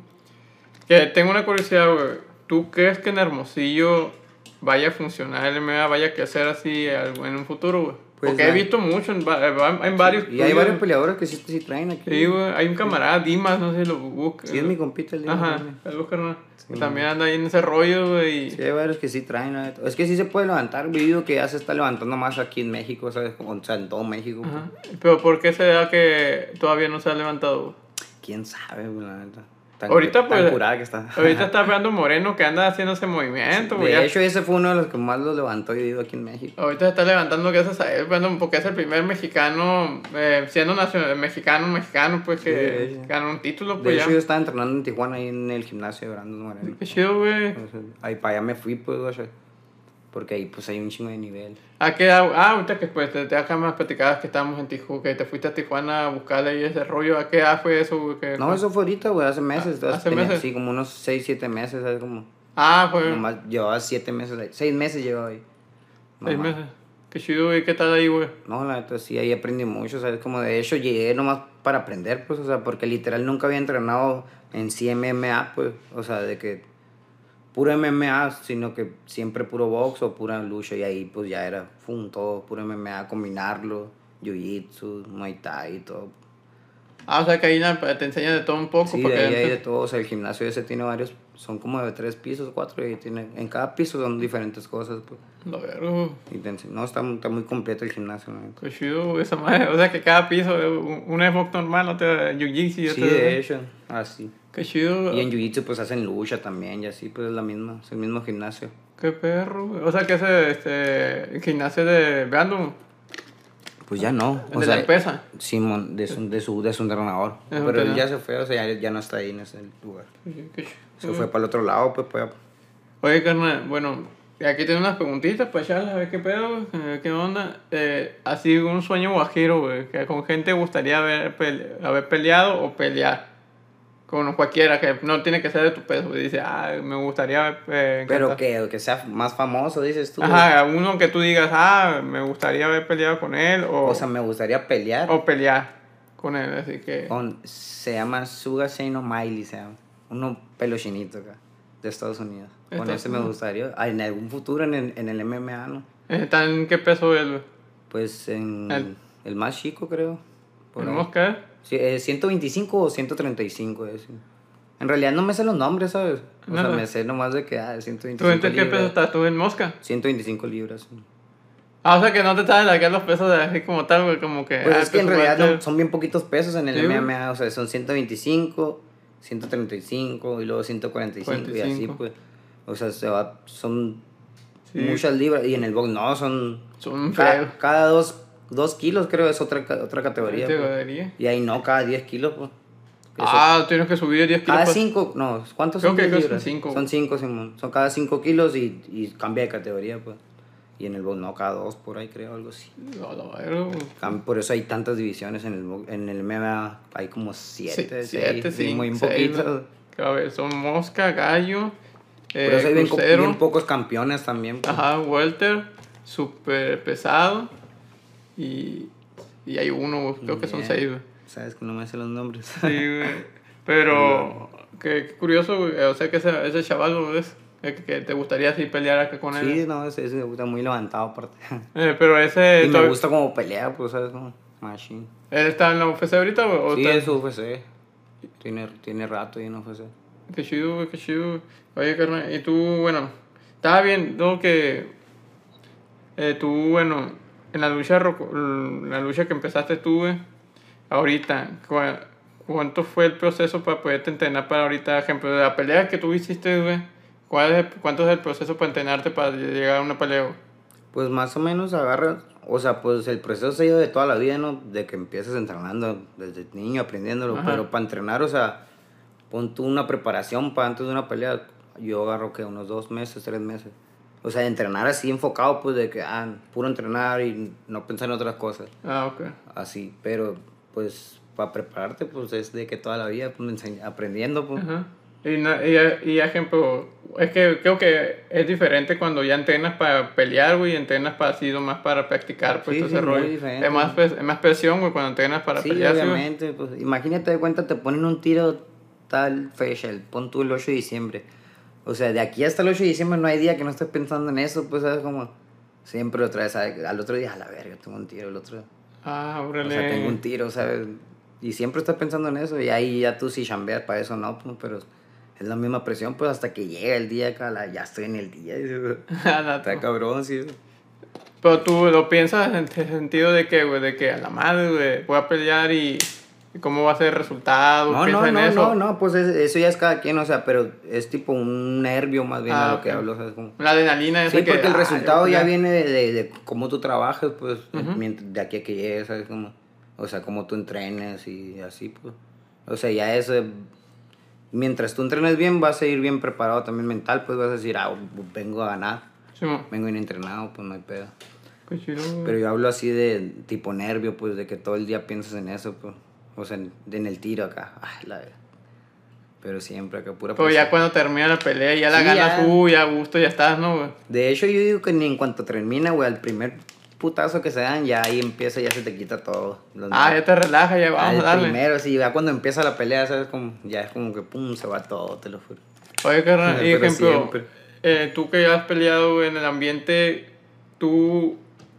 [SPEAKER 1] Que tengo una curiosidad, güey. ¿Tú crees que en Hermosillo vaya a funcionar el MMA, vaya a crecer así algo en un futuro, güey?
[SPEAKER 2] Pues,
[SPEAKER 1] Porque he
[SPEAKER 2] la-
[SPEAKER 1] visto mucho en, va- en varios... <laughs>
[SPEAKER 2] Y hay
[SPEAKER 1] estudios,
[SPEAKER 2] varios peleadores que sí, sí traen aquí.
[SPEAKER 1] Sí, güey, hay un camarada, Dimas, no sé si lo busca.
[SPEAKER 2] Sí, es mi compita el día
[SPEAKER 1] Ajá,
[SPEAKER 2] también.
[SPEAKER 1] saludos, carnal. Que también anda ahí en ese rollo, güey. y-
[SPEAKER 2] Sí, hay varios que sí traen. la neta. Es que sí se puede levantar. Vivo que ya se está levantando más aquí en México, ¿sabes? O sea, en todo México.
[SPEAKER 1] Ajá. Pero ¿por qué se da que todavía no se ha levantado? güey?
[SPEAKER 2] quién sabe, güey, la neta. Tan,
[SPEAKER 1] Ahorita,
[SPEAKER 2] tan
[SPEAKER 1] pues.
[SPEAKER 2] curada que está.
[SPEAKER 1] Ahorita está Fernando Moreno que anda haciendo ese movimiento, güey.
[SPEAKER 2] de
[SPEAKER 1] Ya-
[SPEAKER 2] hecho, ese fue uno de los que más lo levantó, yo digo, aquí en México.
[SPEAKER 1] Ahorita se está levantando gracias a él, Brandon, porque es el primer mexicano, eh, siendo nacional, mexicano, mexicano, pues que
[SPEAKER 2] Sí, sí.
[SPEAKER 1] ganó un título,
[SPEAKER 2] De
[SPEAKER 1] pues
[SPEAKER 2] hecho,
[SPEAKER 1] ya.
[SPEAKER 2] yo estaba entrenando en Tijuana, ahí en el gimnasio de Brandon Moreno.
[SPEAKER 1] Qué chido, güey.
[SPEAKER 2] Entonces, ahí para allá me fui, pues, güey. Porque ahí, pues, hay un chingo de nivel.
[SPEAKER 1] ¿A qué edad- Ah, ahorita que pues, te, te acá más platicabas que estábamos en Tijuana, que te fuiste a Tijuana a buscarle ahí ese rollo. ¿A qué edad fue eso, güey? Que-
[SPEAKER 2] No, eso fue ahorita, güey, hace meses. entonces
[SPEAKER 1] Ah, hace
[SPEAKER 2] tenía
[SPEAKER 1] meses.
[SPEAKER 2] Sí, como unos 6, 7 meses, ¿sabes? Como,
[SPEAKER 1] Ah, fue
[SPEAKER 2] nomás llevaba 7 meses, ahí. 6 meses llevaba ahí.
[SPEAKER 1] seis
[SPEAKER 2] Nomás.
[SPEAKER 1] meses. Qué chido, güey. ¿Qué tal ahí, güey?
[SPEAKER 2] No, la neta, sí, ahí aprendí mucho, ¿sabes? Como de hecho llegué nomás para aprender, pues, o sea, porque literal nunca había entrenado en sí MMA, pues, o sea, de que puro MMA, sino que siempre puro box o pura lucha, y ahí pues ya era, fum, todo, puro MMA, combinarlo, jiu-jitsu, muay thai y todo.
[SPEAKER 1] Ah, o sea que ahí na- te enseñan de todo un poco.
[SPEAKER 2] Sí, de
[SPEAKER 1] porque
[SPEAKER 2] ahí hay de todo, o sea, el gimnasio ese tiene varios, son como de tres pisos, cuatro, y tiene, en cada piso son diferentes cosas, pues,
[SPEAKER 1] Lo vergo.
[SPEAKER 2] y te ense- no, está, está muy completo el gimnasio, la neta.
[SPEAKER 1] Qué chido, güey, esa madre. O sea que cada piso, eh, un- uno es box normal, otro es jiu-jitsu y
[SPEAKER 2] Sí,
[SPEAKER 1] otro-
[SPEAKER 2] de hecho, así.
[SPEAKER 1] Qué chido.
[SPEAKER 2] Y en Jiu-Jitsu pues hacen lucha también y así, pues es la misma, es el mismo gimnasio.
[SPEAKER 1] Qué perro, güey. O sea, que ese este, gimnasio de Brandon,
[SPEAKER 2] Pues ya no.
[SPEAKER 1] el Ah,
[SPEAKER 2] O
[SPEAKER 1] de
[SPEAKER 2] sea,
[SPEAKER 1] la empresa.
[SPEAKER 2] Simón, de su, de su, de su entrenador.
[SPEAKER 1] Es un
[SPEAKER 2] Pero él
[SPEAKER 1] entrenador.
[SPEAKER 2] ya se fue, o sea, ya, ya no está ahí en ese lugar.
[SPEAKER 1] Qué chido.
[SPEAKER 2] Se fue para el otro lado, pues, pues.
[SPEAKER 1] Oye, carnal, bueno, aquí tengo unas preguntitas para echarlas, a ver qué pedo, a ver qué onda. Eh, así un sueño guajiro, güey, que con gente gustaría haber, pele- haber peleado o pelear. Con cualquiera, que no tiene que ser de tu peso. güey. Dice, ah, me gustaría haber. eh,
[SPEAKER 2] Pero
[SPEAKER 1] encantado".
[SPEAKER 2] que, que sea más famoso, dices tú.
[SPEAKER 1] Ajá, uno que tú digas, ah, me gustaría haber peleado con él o,
[SPEAKER 2] O sea, me gustaría pelear
[SPEAKER 1] o pelear con él, así que.
[SPEAKER 2] con, se llama Suga Shane O'Malley, se llama. Uno pelo chinito acá, de Estados Unidos. Con
[SPEAKER 1] Estados
[SPEAKER 2] ese me gustaría, ah, en algún futuro en el, en el MMA, ¿no?
[SPEAKER 1] ¿Está en qué peso él, güey?
[SPEAKER 2] Pues en
[SPEAKER 1] El-
[SPEAKER 2] el, más chico, creo. por ahí.
[SPEAKER 1] ¿Tenemos que?
[SPEAKER 2] Sí, eh, 125 o 135 es. sí. En realidad no me sé los nombres, ¿sabes? O
[SPEAKER 1] No,
[SPEAKER 2] sea,
[SPEAKER 1] no.
[SPEAKER 2] me sé nomás de que ah,
[SPEAKER 1] ¿Tú
[SPEAKER 2] 125
[SPEAKER 1] en qué
[SPEAKER 2] libras.
[SPEAKER 1] peso estás? ¿Tú en mosca?
[SPEAKER 2] 125 libras. sí.
[SPEAKER 1] Ah, o sea que no te sabes sacar los pesos de así como tal, güey, como que...
[SPEAKER 2] Pues
[SPEAKER 1] ah,
[SPEAKER 2] es que en
[SPEAKER 1] peso
[SPEAKER 2] realidad
[SPEAKER 1] fuerte.
[SPEAKER 2] no- son bien poquitos pesos en el
[SPEAKER 1] Sí, güey.
[SPEAKER 2] MMA, o sea, son 125, 135 y luego 145 y así
[SPEAKER 1] 45.
[SPEAKER 2] pues. O sea, se va- son
[SPEAKER 1] Sí.
[SPEAKER 2] muchas libras y en el box no, son
[SPEAKER 1] Son
[SPEAKER 2] ca-
[SPEAKER 1] feos.
[SPEAKER 2] cada, dos, dos kilos creo es otra ca- otra categoría.
[SPEAKER 1] Te
[SPEAKER 2] pues.
[SPEAKER 1] jodería.
[SPEAKER 2] Y ahí no, cada 10 kilos pues. Eso-
[SPEAKER 1] Ah, tienes que subir 10 kilos. pues.
[SPEAKER 2] Cada
[SPEAKER 1] pa-
[SPEAKER 2] 5, no, ¿cuántos
[SPEAKER 1] Creo
[SPEAKER 2] son?
[SPEAKER 1] que
[SPEAKER 2] diez
[SPEAKER 1] creo que
[SPEAKER 2] libras?
[SPEAKER 1] son cinco.
[SPEAKER 2] Son 5, Simón. Son cada 5 kilos y, y cambia de categoría, pues. Y en el box, no, cada 2 por ahí, creo, algo así.
[SPEAKER 1] No, no, pero...
[SPEAKER 2] Cam- Por eso hay tantas divisiones en el, box- en el MMA. Hay como 7,
[SPEAKER 1] 7,
[SPEAKER 2] 6, muy
[SPEAKER 1] 5,
[SPEAKER 2] poquitos.
[SPEAKER 1] 6. A ver, son mosca, gallo,
[SPEAKER 2] Por eso hay
[SPEAKER 1] eh,
[SPEAKER 2] bien, co- bien
[SPEAKER 1] crucero,
[SPEAKER 2] pocos campeones también. pues.
[SPEAKER 1] ajá, welter, super pesado y, y hay uno, güey, creo que son
[SPEAKER 2] Bien.
[SPEAKER 1] 6, güey.
[SPEAKER 2] Sabes que no me sé los nombres. <laughs>
[SPEAKER 1] Sí, güey. Pero, qué, qué curioso, güey. O sea, que ese, ese chaval, güey, es el que, que te gustaría así pelear acá con él.
[SPEAKER 2] Sí, no, ese, ese me gusta muy levantado aparte.
[SPEAKER 1] Eh, pero ese.
[SPEAKER 2] <laughs> y me
[SPEAKER 1] todavía-
[SPEAKER 2] gusta como pelea, pues, ¿sabes? Como machine.
[SPEAKER 1] ¿Él está en la UFC ahorita, güey? ¿O
[SPEAKER 2] Sí,
[SPEAKER 1] está-
[SPEAKER 2] es UFC. Tiene, tiene rato y no UFC.
[SPEAKER 1] Qué chido, güey, qué chido. Oye, carnal, y tú, bueno, estaba viendo que eh, tú, bueno, en la lucha, roco- en la lucha que empezaste tú, güey, ahorita, cua- ¿cuánto fue el proceso para poderte entrenar para ahorita, ejemplo, de la pelea que tú hiciste, güey? ¿Cuál es el- ¿Cuánto es el proceso para entrenarte para llegar a una pelea? güey?
[SPEAKER 2] Pues más o menos agarras, o sea, pues el proceso se lleva de toda la vida, ¿no? De que empiezas entrenando desde niño, aprendiéndolo,
[SPEAKER 1] Ajá.
[SPEAKER 2] pero para entrenar, o sea, pon tú una preparación para antes de una pelea, yo agarro que unos dos meses, tres meses. O sea, entrenar así enfocado, pues de que, ah, puro entrenar y no pensar en otras cosas,
[SPEAKER 1] Ah, ok.
[SPEAKER 2] así, pero pues para prepararte, pues es de que toda la vida pues, me enseñ- aprendiendo, pues.
[SPEAKER 1] Ajá. Y, na- y, y ejemplo, es que creo que es diferente cuando ya entrenas para pelear, güey, y entrenas para así, más para practicar, pues
[SPEAKER 2] Sí,
[SPEAKER 1] todo
[SPEAKER 2] sí,
[SPEAKER 1] ese
[SPEAKER 2] muy
[SPEAKER 1] rollo.
[SPEAKER 2] diferente.
[SPEAKER 1] Es más, pres- es más presión, güey, cuando entrenas para
[SPEAKER 2] sí,
[SPEAKER 1] pelear, sí, güey.
[SPEAKER 2] obviamente. Pues, imagínate de cuenta, te ponen un tiro tal fecha, el, pon tú el 8 de diciembre. O sea, de aquí hasta el 8 de diciembre no hay día que no estés pensando en eso, pues, ¿sabes? Como siempre otra vez, al otro día, a la verga, tengo un tiro, el otro
[SPEAKER 1] Ah,
[SPEAKER 2] O
[SPEAKER 1] órale.
[SPEAKER 2] sea, tengo un tiro, ¿sabes? Y siempre estás pensando en eso, y ahí ya tú sí chambeas para eso, no, pues, pero es la misma presión, pues, hasta que llega el día, cala, ya estoy en el día. dices,
[SPEAKER 1] <laughs> Ah, la-
[SPEAKER 2] Está cabrón, sí.
[SPEAKER 1] Pero tú lo piensas en el sentido de que, güey, de que a la madre, güey, voy a pelear y cómo va a ser el resultado,
[SPEAKER 2] No, no,
[SPEAKER 1] piensa en
[SPEAKER 2] no,
[SPEAKER 1] eso.
[SPEAKER 2] no, no, pues es- eso ya es cada quien, o sea, pero es tipo un nervio más bien
[SPEAKER 1] Ah,
[SPEAKER 2] de lo que
[SPEAKER 1] ok.
[SPEAKER 2] hablo, o sea, es como...
[SPEAKER 1] La adrenalina esa
[SPEAKER 2] Sí,
[SPEAKER 1] que,
[SPEAKER 2] porque el
[SPEAKER 1] ah,
[SPEAKER 2] resultado
[SPEAKER 1] yo-
[SPEAKER 2] ya viene de, de- de cómo tú trabajas, pues, mientras- de aquí a que llegues, ¿sabes? Como, o sea, cómo tú entrenes y así, pues. O sea, ya es... eh, Mientras tú entrenes bien, vas a ir bien preparado también mental, pues vas a decir, ah, vengo a ganar,
[SPEAKER 1] Sí, mo.
[SPEAKER 2] vengo bien entrenado, pues no hay pedo.
[SPEAKER 1] Qué chido, güey.
[SPEAKER 2] Pero yo hablo así de tipo nervio, pues, de que todo el día piensas en eso, pues. O sea, en, en el tiro acá. Ay, la verga. Pero siempre acá, pura
[SPEAKER 1] Pero
[SPEAKER 2] presión.
[SPEAKER 1] ya cuando termina la pelea, ya la
[SPEAKER 2] pues, Sí,
[SPEAKER 1] ganas,
[SPEAKER 2] ya.
[SPEAKER 1] uy, a gusto, ya estás, ¿no, güey?
[SPEAKER 2] De hecho, yo digo que ni en cuanto termina, güey, al primer putazo que se dan, ya ahí empieza, ya se te quita todo. Los
[SPEAKER 1] Ah, ya
[SPEAKER 2] nervios.
[SPEAKER 1] te relajas, ya vamos
[SPEAKER 2] Al
[SPEAKER 1] a darle.
[SPEAKER 2] primero, sí, ya cuando empieza la pelea, ¿sabes? Como, ya es como que pum, se va todo, te lo juro.
[SPEAKER 1] Oye, carnal, y
[SPEAKER 2] Pero
[SPEAKER 1] ejemplo,
[SPEAKER 2] siempre.
[SPEAKER 1] eh, tú que ya has peleado güey, en el ambiente, tú.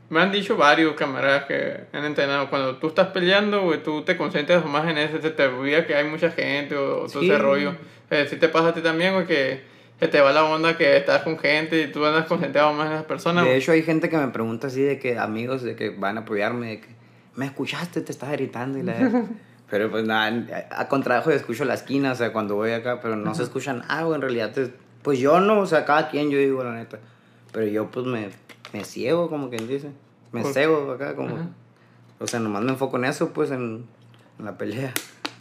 [SPEAKER 1] Me han dicho varios camaradas que han entrenado. Cuando tú estás peleando, güey, tú te concentras más en eso, se te olvida que hay mucha gente o, o todo
[SPEAKER 2] Sí.
[SPEAKER 1] ese rollo. si te pasa a ti también, güey, que se te va la onda que estás con gente y tú andas concentrado más en las personas.
[SPEAKER 2] De
[SPEAKER 1] güey.
[SPEAKER 2] hecho, hay gente que me pregunta así de que amigos de que van a apoyarme, de que me escuchaste, te estás gritando y la <laughs> verga". Pero pues nada, a contrabajo yo escucho la esquina, o sea, cuando voy acá, pero no se escuchan algo en realidad. te- pues yo no, o sea, cada quien yo digo la neta. Pero yo pues me, me ciego, como quien dice. Me
[SPEAKER 1] Por-
[SPEAKER 2] cego acá, como.
[SPEAKER 1] Ajá.
[SPEAKER 2] O sea, nomás me enfoco en eso, pues en, en la pelea.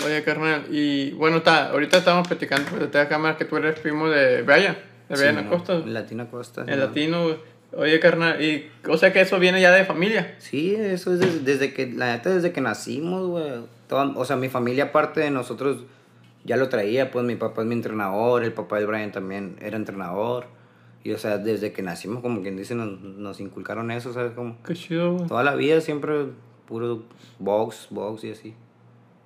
[SPEAKER 1] Oye, carnal, y bueno, está, ahorita estamos platicando por detrás de cámara que tú eres primo de Brian, de Brian
[SPEAKER 2] Sí, mo,
[SPEAKER 1] Acosta,
[SPEAKER 2] en Latina Costa.
[SPEAKER 1] el
[SPEAKER 2] mo.
[SPEAKER 1] latino. güey. Oye, carnal, y, o sea que eso viene ya de familia.
[SPEAKER 2] Sí, eso es des- desde, que, la neta, desde que nacimos, güey. Toda- O sea, mi familia, aparte de nosotros, ya lo traía, pues mi papá es mi entrenador, el papá de Brian también era entrenador. Y, o sea, desde que nacimos, como quien dice, nos, nos inculcaron eso, ¿sabes? Como
[SPEAKER 1] Qué chido, güey.
[SPEAKER 2] toda la vida siempre puro box, box y así.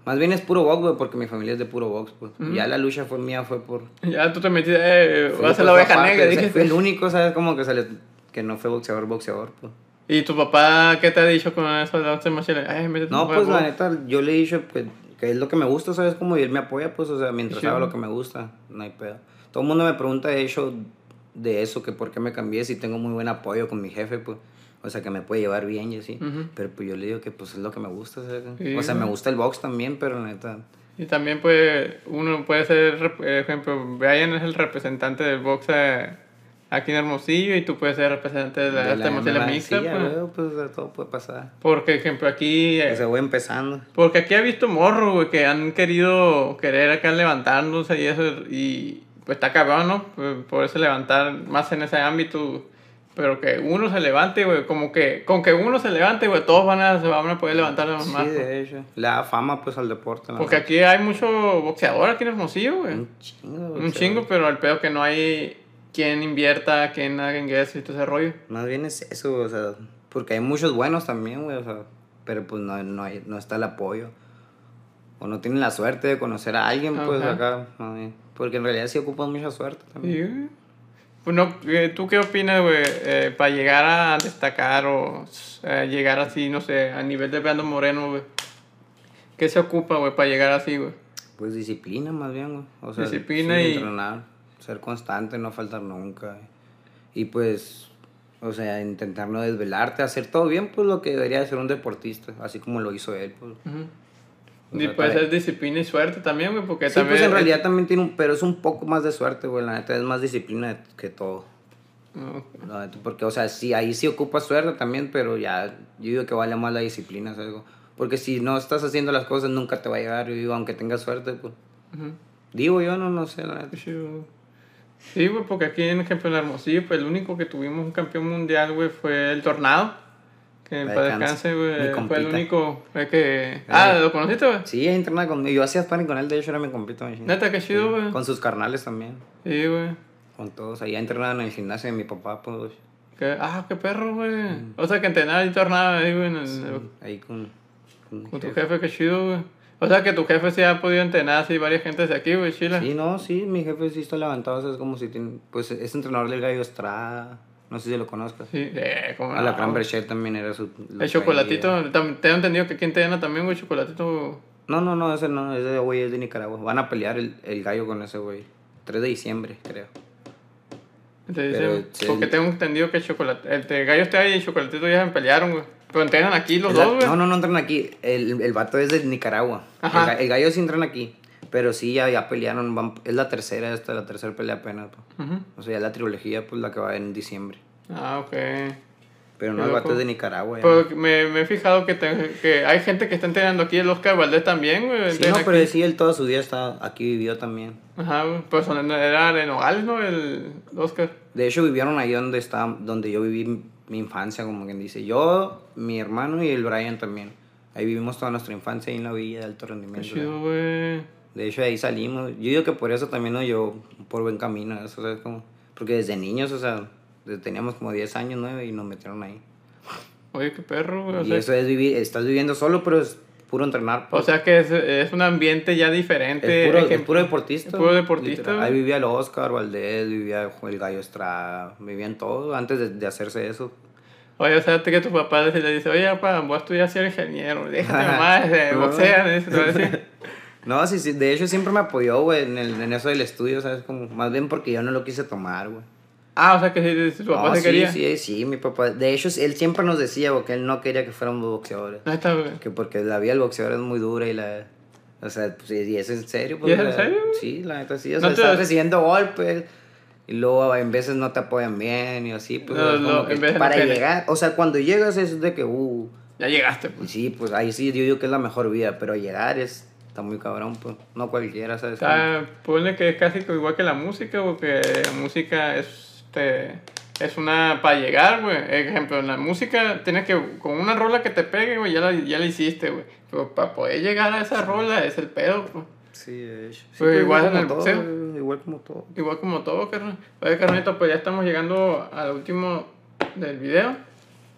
[SPEAKER 2] Más bien es puro box, güey, porque mi familia es de puro box, pues. Ya la lucha fue mía, fue por...
[SPEAKER 1] Ya tú te metiste, eh,
[SPEAKER 2] fue
[SPEAKER 1] vas a
[SPEAKER 2] por
[SPEAKER 1] la
[SPEAKER 2] su
[SPEAKER 1] oveja
[SPEAKER 2] papá,
[SPEAKER 1] negra,
[SPEAKER 2] que, o sea, fue
[SPEAKER 1] dijiste.
[SPEAKER 2] el único, ¿sabes? Como que, se le- que no fue boxeador, boxeador, pues.
[SPEAKER 1] ¿Y tu papá qué te ha dicho con eso de Austin Machine? Ay, <laughs> métete
[SPEAKER 2] No,
[SPEAKER 1] un
[SPEAKER 2] pues la
[SPEAKER 1] huevo.
[SPEAKER 2] neta, yo le he dicho que, que es lo que me gusta, ¿sabes? Como y él me apoya, pues, o sea, mientras
[SPEAKER 1] Sí.
[SPEAKER 2] hago lo que me gusta, no hay pedo. Todo el mundo me pregunta, de hecho, de eso, que por qué me cambié, si tengo muy buen apoyo con mi jefe, pues, o sea, que me puede llevar bien y así.
[SPEAKER 1] Ujú.
[SPEAKER 2] Pero pues yo le digo que, pues, es lo que me gusta, ¿sabes?
[SPEAKER 1] Sí,
[SPEAKER 2] o sea, me
[SPEAKER 1] güey.
[SPEAKER 2] gusta el box también, pero la neta,
[SPEAKER 1] Y también, pues, uno puede ser, rep- eh, ejemplo, Brian es el representante del boxe aquí en Hermosillo y tú puedes ser representante de la Austin Machine
[SPEAKER 2] MMA,
[SPEAKER 1] mixta,
[SPEAKER 2] sí, ya
[SPEAKER 1] pues.
[SPEAKER 2] veo, pues, o sea, todo puede pasar.
[SPEAKER 1] Porque, ejemplo, aquí... eh,
[SPEAKER 2] O sea, voy empezando.
[SPEAKER 1] Porque aquí ha visto morro, güey, que han querido querer acá levantándose y eso, y pues está cabrón, ¿no? Por- Poderse levantar más en ese ámbito, pero que uno se levante, güey, como que, con que uno se levante, güey, todos van a, se van a poder levantar
[SPEAKER 2] Sí,
[SPEAKER 1] más. güey.
[SPEAKER 2] de hecho. Le da fama, pues, al deporte. la
[SPEAKER 1] Porque
[SPEAKER 2] neta.
[SPEAKER 1] aquí hay mucho boxeador aquí en Hermosillo, güey.
[SPEAKER 2] Un chingo.
[SPEAKER 1] Un chingo, pero el peor que no hay quien invierta, quien haga ingresos y todo ese rollo.
[SPEAKER 2] Más bien es eso, o sea, porque hay muchos buenos también, güey, o sea, pero pues no, no, hay- no está el apoyo. O no tienen la suerte de conocer a alguien, pues
[SPEAKER 1] Ajá.
[SPEAKER 2] acá, más bien. Porque en realidad sí ocupan mucha suerte también.
[SPEAKER 1] Sí, güey. Pues no, eh, ¿tú qué opinas, güey? eh, para llegar a destacar o eh, llegar así, no sé, a nivel de Brando Moreno, güey. ¿Qué se ocupa, güey, para llegar así, güey?
[SPEAKER 2] Pues disciplina, más bien, güey. O sea,
[SPEAKER 1] Disciplina
[SPEAKER 2] sí,
[SPEAKER 1] y-
[SPEAKER 2] entrenar, ser constante, no faltar nunca. Y pues, o sea, intentar no desvelarte, hacer todo bien, pues lo que debería de ser un deportista, así como lo hizo él, pues.
[SPEAKER 1] Y
[SPEAKER 2] sea,
[SPEAKER 1] puede
[SPEAKER 2] para-
[SPEAKER 1] ser disciplina y suerte también, güey, porque
[SPEAKER 2] Sí,
[SPEAKER 1] también...
[SPEAKER 2] pues en realidad también tiene un, pero es un poco más de suerte, güey, la neta, es más disciplina que todo.
[SPEAKER 1] No,
[SPEAKER 2] La neta, Porque, o sea, sí, ahí sí ocupas suerte también, pero ya, yo digo que vale más la disciplina, ¿sabes? Porque si no estás haciendo las cosas, nunca te va a llegar, yo digo, aunque tengas suerte, pues.
[SPEAKER 1] ujú.
[SPEAKER 2] Digo yo, no, no sé, la neta.
[SPEAKER 1] Sí, güey, porque aquí en ejemplo en Hermosillo, pues el único que tuvimos un campeón mundial, güey, fue el Tornado. Que
[SPEAKER 2] Pa'
[SPEAKER 1] para
[SPEAKER 2] descanse.
[SPEAKER 1] descanse, güey,
[SPEAKER 2] Mi
[SPEAKER 1] fue el
[SPEAKER 2] compita. Eh,
[SPEAKER 1] único güey, que... Ah, ¿lo conociste, güey?
[SPEAKER 2] Sí, es internado conmigo. Yo hacía sparring con él, de hecho, era mi compito. mi chingada.
[SPEAKER 1] Neta, qué chido, güey.
[SPEAKER 2] Con sus carnales también,
[SPEAKER 1] Sí, güey.
[SPEAKER 2] con todos. Ahí entrenaban en el gimnasio de mi papá, pues.
[SPEAKER 1] Que- Ah, qué perro, güey.
[SPEAKER 2] Mm.
[SPEAKER 1] O sea, que entrenaba y tornaba ahí, güey, en el-
[SPEAKER 2] Ahí con. con-
[SPEAKER 1] con tu jefe, qué chido, güey. O sea, que tu jefe sí ha podido entrenar así varias gentes de aquí, güey, chila.
[SPEAKER 2] Sí, no, sí, mi jefe sí está levantado, o sea, es como si tiene. Pues es entrenador del Gallo Estrada. No sé si lo conozcas.
[SPEAKER 1] Sí, eh, como
[SPEAKER 2] A la Gran Berchet también era su. lo
[SPEAKER 1] El
[SPEAKER 2] traía. eh.
[SPEAKER 1] chocolatito, tam- tengo entendido que aquí entrena también, güey, chocolatito.
[SPEAKER 2] No, no, no, ese no, ese güey es de Nicaragua. Van a pelear el, el gallo con ese güey. 3 de diciembre, creo.
[SPEAKER 1] Te dicen,
[SPEAKER 2] Pero, sí.
[SPEAKER 1] porque tengo entendido que el chocolate, el de gallo está ahí y el chocolatito ya se pelearon, güey. Pero entrenan aquí los
[SPEAKER 2] La-
[SPEAKER 1] dos, güey.
[SPEAKER 2] no, no, no entran aquí. El, el vato es de Nicaragua. El,
[SPEAKER 1] Ajá.
[SPEAKER 2] ga- el gallo sí entran aquí. Pero sí, ya, ya pelearon. van- es la tercera, esta la tercera pelea apenas. pues.
[SPEAKER 1] Ujú.
[SPEAKER 2] O sea, ya la trilogía, pues la que va en diciembre.
[SPEAKER 1] Ah, ok.
[SPEAKER 2] Pero
[SPEAKER 1] Qué
[SPEAKER 2] no, el
[SPEAKER 1] loco.
[SPEAKER 2] vato es de Nicaragua. ya.
[SPEAKER 1] Pero me, me he fijado que, te- que hay gente que está entrenando aquí, el Oscar Valdés también, güey.
[SPEAKER 2] Sí,
[SPEAKER 1] entrena
[SPEAKER 2] no,
[SPEAKER 1] aquí.
[SPEAKER 2] pero sí, él toda su vida está aquí vivió también.
[SPEAKER 1] Ajá, güey. Pero son- era de Nogales, ¿no? El Oscar.
[SPEAKER 2] De hecho, vivieron ahí donde está, donde yo viví m- mi infancia, como quien dice. Yo, mi hermano y el Brian también. Ahí vivimos toda nuestra infancia ahí en la villa de alto
[SPEAKER 1] Qué
[SPEAKER 2] rendimiento.
[SPEAKER 1] chido, güey.
[SPEAKER 2] De hecho, de ahí salimos. Yo digo que por eso también nos llevó por buen camino. Eso, o sea, es como- porque desde niños, o sea, desde- teníamos como 10 años, 9 y nos metieron ahí.
[SPEAKER 1] Oye, qué perro, güey. O
[SPEAKER 2] y
[SPEAKER 1] sea,
[SPEAKER 2] eso es vivir, estás viviendo solo, pero es puro entrenar.
[SPEAKER 1] o
[SPEAKER 2] pues.
[SPEAKER 1] sea que es, es un ambiente ya diferente.
[SPEAKER 2] es, puro,
[SPEAKER 1] que-
[SPEAKER 2] es puro deportista.
[SPEAKER 1] es puro deportista,
[SPEAKER 2] literal.
[SPEAKER 1] güey.
[SPEAKER 2] Ahí vivía el Oscar Valdés, vivía el Gallo Estrada, vivían todos antes de, de hacerse eso.
[SPEAKER 1] Oye, o sea, que tu papá le le dice, oye, papá, voy a estudiar ser ingeniero. Déjate nomás, eh,
[SPEAKER 2] No.
[SPEAKER 1] boxea. le dice, te va a
[SPEAKER 2] <laughs>
[SPEAKER 1] decir.
[SPEAKER 2] No, sí, sí, de hecho siempre me apoyó, güey, en, el- en eso del estudio, ¿sabes? Como, más bien porque yo no lo quise tomar, güey.
[SPEAKER 1] Ah, o sea que si, si tu papá
[SPEAKER 2] No,
[SPEAKER 1] se
[SPEAKER 2] sí,
[SPEAKER 1] quería.
[SPEAKER 2] sí, sí, mi papá. De hecho, él siempre nos decía güey, que él no quería que fuéramos boxeadores.
[SPEAKER 1] No está, güey.
[SPEAKER 2] Que porque la vida del boxeador es muy dura y la. O sea, pues, y es en serio. Pues,
[SPEAKER 1] ¿Y es en
[SPEAKER 2] la-
[SPEAKER 1] serio, güey?
[SPEAKER 2] Sí, la neta sí.
[SPEAKER 1] No
[SPEAKER 2] O sea,
[SPEAKER 1] te-
[SPEAKER 2] estás recibiendo golpes y luego en veces no te apoyan bien y así. Pues,
[SPEAKER 1] No,
[SPEAKER 2] es como
[SPEAKER 1] no,
[SPEAKER 2] que
[SPEAKER 1] en veces no
[SPEAKER 2] para
[SPEAKER 1] tiene.
[SPEAKER 2] llegar, o sea, cuando llegas es de que, uh,
[SPEAKER 1] Ya llegaste,
[SPEAKER 2] y
[SPEAKER 1] pues.
[SPEAKER 2] sí, pues ahí sí yo digo que es la mejor vida, pero llegar es. Está muy cabrón, pues. No cualquiera, ¿sabes?
[SPEAKER 1] O sea, ponle que es casi que igual que la música, porque la música es, este, es una para llegar, güey. Ejemplo, en la música tienes que, con una rola que te pegue, güey, ya la, ya la hiciste, güey. Pero para poder llegar a esa rola es el pedo, güey.
[SPEAKER 2] Sí, de hecho. Sí,
[SPEAKER 1] Pero
[SPEAKER 2] pues,
[SPEAKER 1] igual en
[SPEAKER 2] como
[SPEAKER 1] el
[SPEAKER 2] todo,
[SPEAKER 1] boxeo.
[SPEAKER 2] güey, Igual como todo.
[SPEAKER 1] Igual como todo, carnal. Oye, carnalito, pues ya estamos llegando al último del video.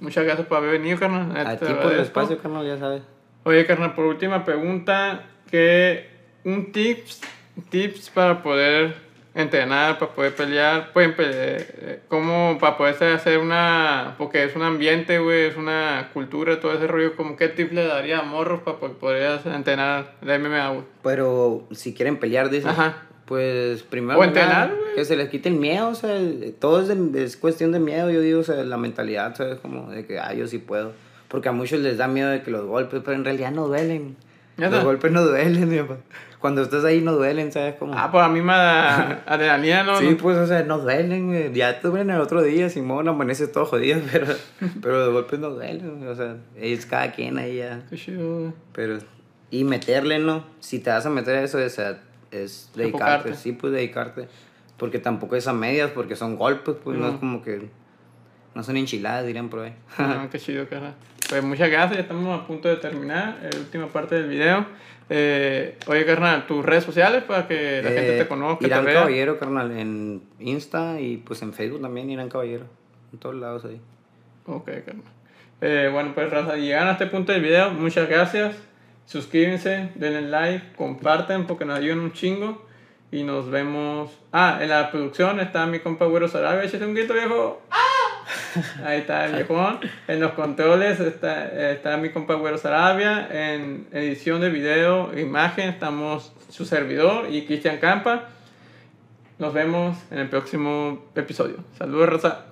[SPEAKER 1] Muchas gracias por haber venido, carnal.
[SPEAKER 2] A
[SPEAKER 1] Te
[SPEAKER 2] ti por el
[SPEAKER 1] agradezco.
[SPEAKER 2] espacio, carnal, ya sabes.
[SPEAKER 1] Oye, carnal, por última pregunta, que un tips, tips para poder entrenar, para poder pelear, pueden como para poder hacer una, porque es un ambiente, güey, es una cultura, todo ese rollo, como qué tips le daría a morros para po- poder hacer- entrenar la MMA, güey.
[SPEAKER 2] Pero si quieren pelear, dicen.
[SPEAKER 1] Ajá.
[SPEAKER 2] Pues primero.
[SPEAKER 1] O
[SPEAKER 2] que nada,
[SPEAKER 1] entrenar, güey.
[SPEAKER 2] Que se les quite el miedo, o sea, el- todo es, de- es cuestión de miedo, yo digo, o sea, la mentalidad, ¿sabes? Como de que, ah, yo sí puedo. Porque a muchos les da miedo de que los golpes, pero en realidad no duelen.
[SPEAKER 1] Ya
[SPEAKER 2] Los
[SPEAKER 1] está.
[SPEAKER 2] golpes no duelen, <laughs> mi papá. Cuando estás ahí no duelen, ¿sabes? Como.
[SPEAKER 1] Ah, pues a mí me da adrenalina, ¿no?
[SPEAKER 2] Sí, pues, o sea, no duelen, güey. ya te duelen el otro día, Simón, amanece todo jodido, <laughs> pero, pero los golpes no duelen, güey. o sea, es cada quien ahí ya.
[SPEAKER 1] Qué chido, güey.
[SPEAKER 2] Pero, y meterle, ¿no? Si te vas a meter a eso, o sea, es dedicarte,
[SPEAKER 1] Enfocarte.
[SPEAKER 2] sí, pues dedicarte. Porque tampoco es a medias, porque son golpes, pues no es como que. No son enchiladas, dirían por ahí.
[SPEAKER 1] <laughs> Ah, qué chido, cara. Pues muchas gracias, ya estamos a punto de terminar la última parte del video. Eh, oye, carnal, tus redes sociales para que la gente
[SPEAKER 2] Eh,
[SPEAKER 1] te conozca, te
[SPEAKER 2] Irán
[SPEAKER 1] vea.
[SPEAKER 2] Caballero, carnal, en Insta y pues en Facebook también, Irán Caballero. En todos lados ahí.
[SPEAKER 1] Ok, carnal. Eh, bueno, pues raza, llegaron a este punto del video, muchas gracias. Suscríbanse, denle like, comparten porque nos ayudan un chingo. Y nos vemos. Ah, en la producción está mi compa Güero Sarabia. Échate un grito, viejo. Ahí está el viejón. En los controles está, está mi compa Güero Sarabia. En edición de video, imagen, estamos su servidor y Cristian Campa. Nos vemos en el próximo episodio. Saludos, Rosa.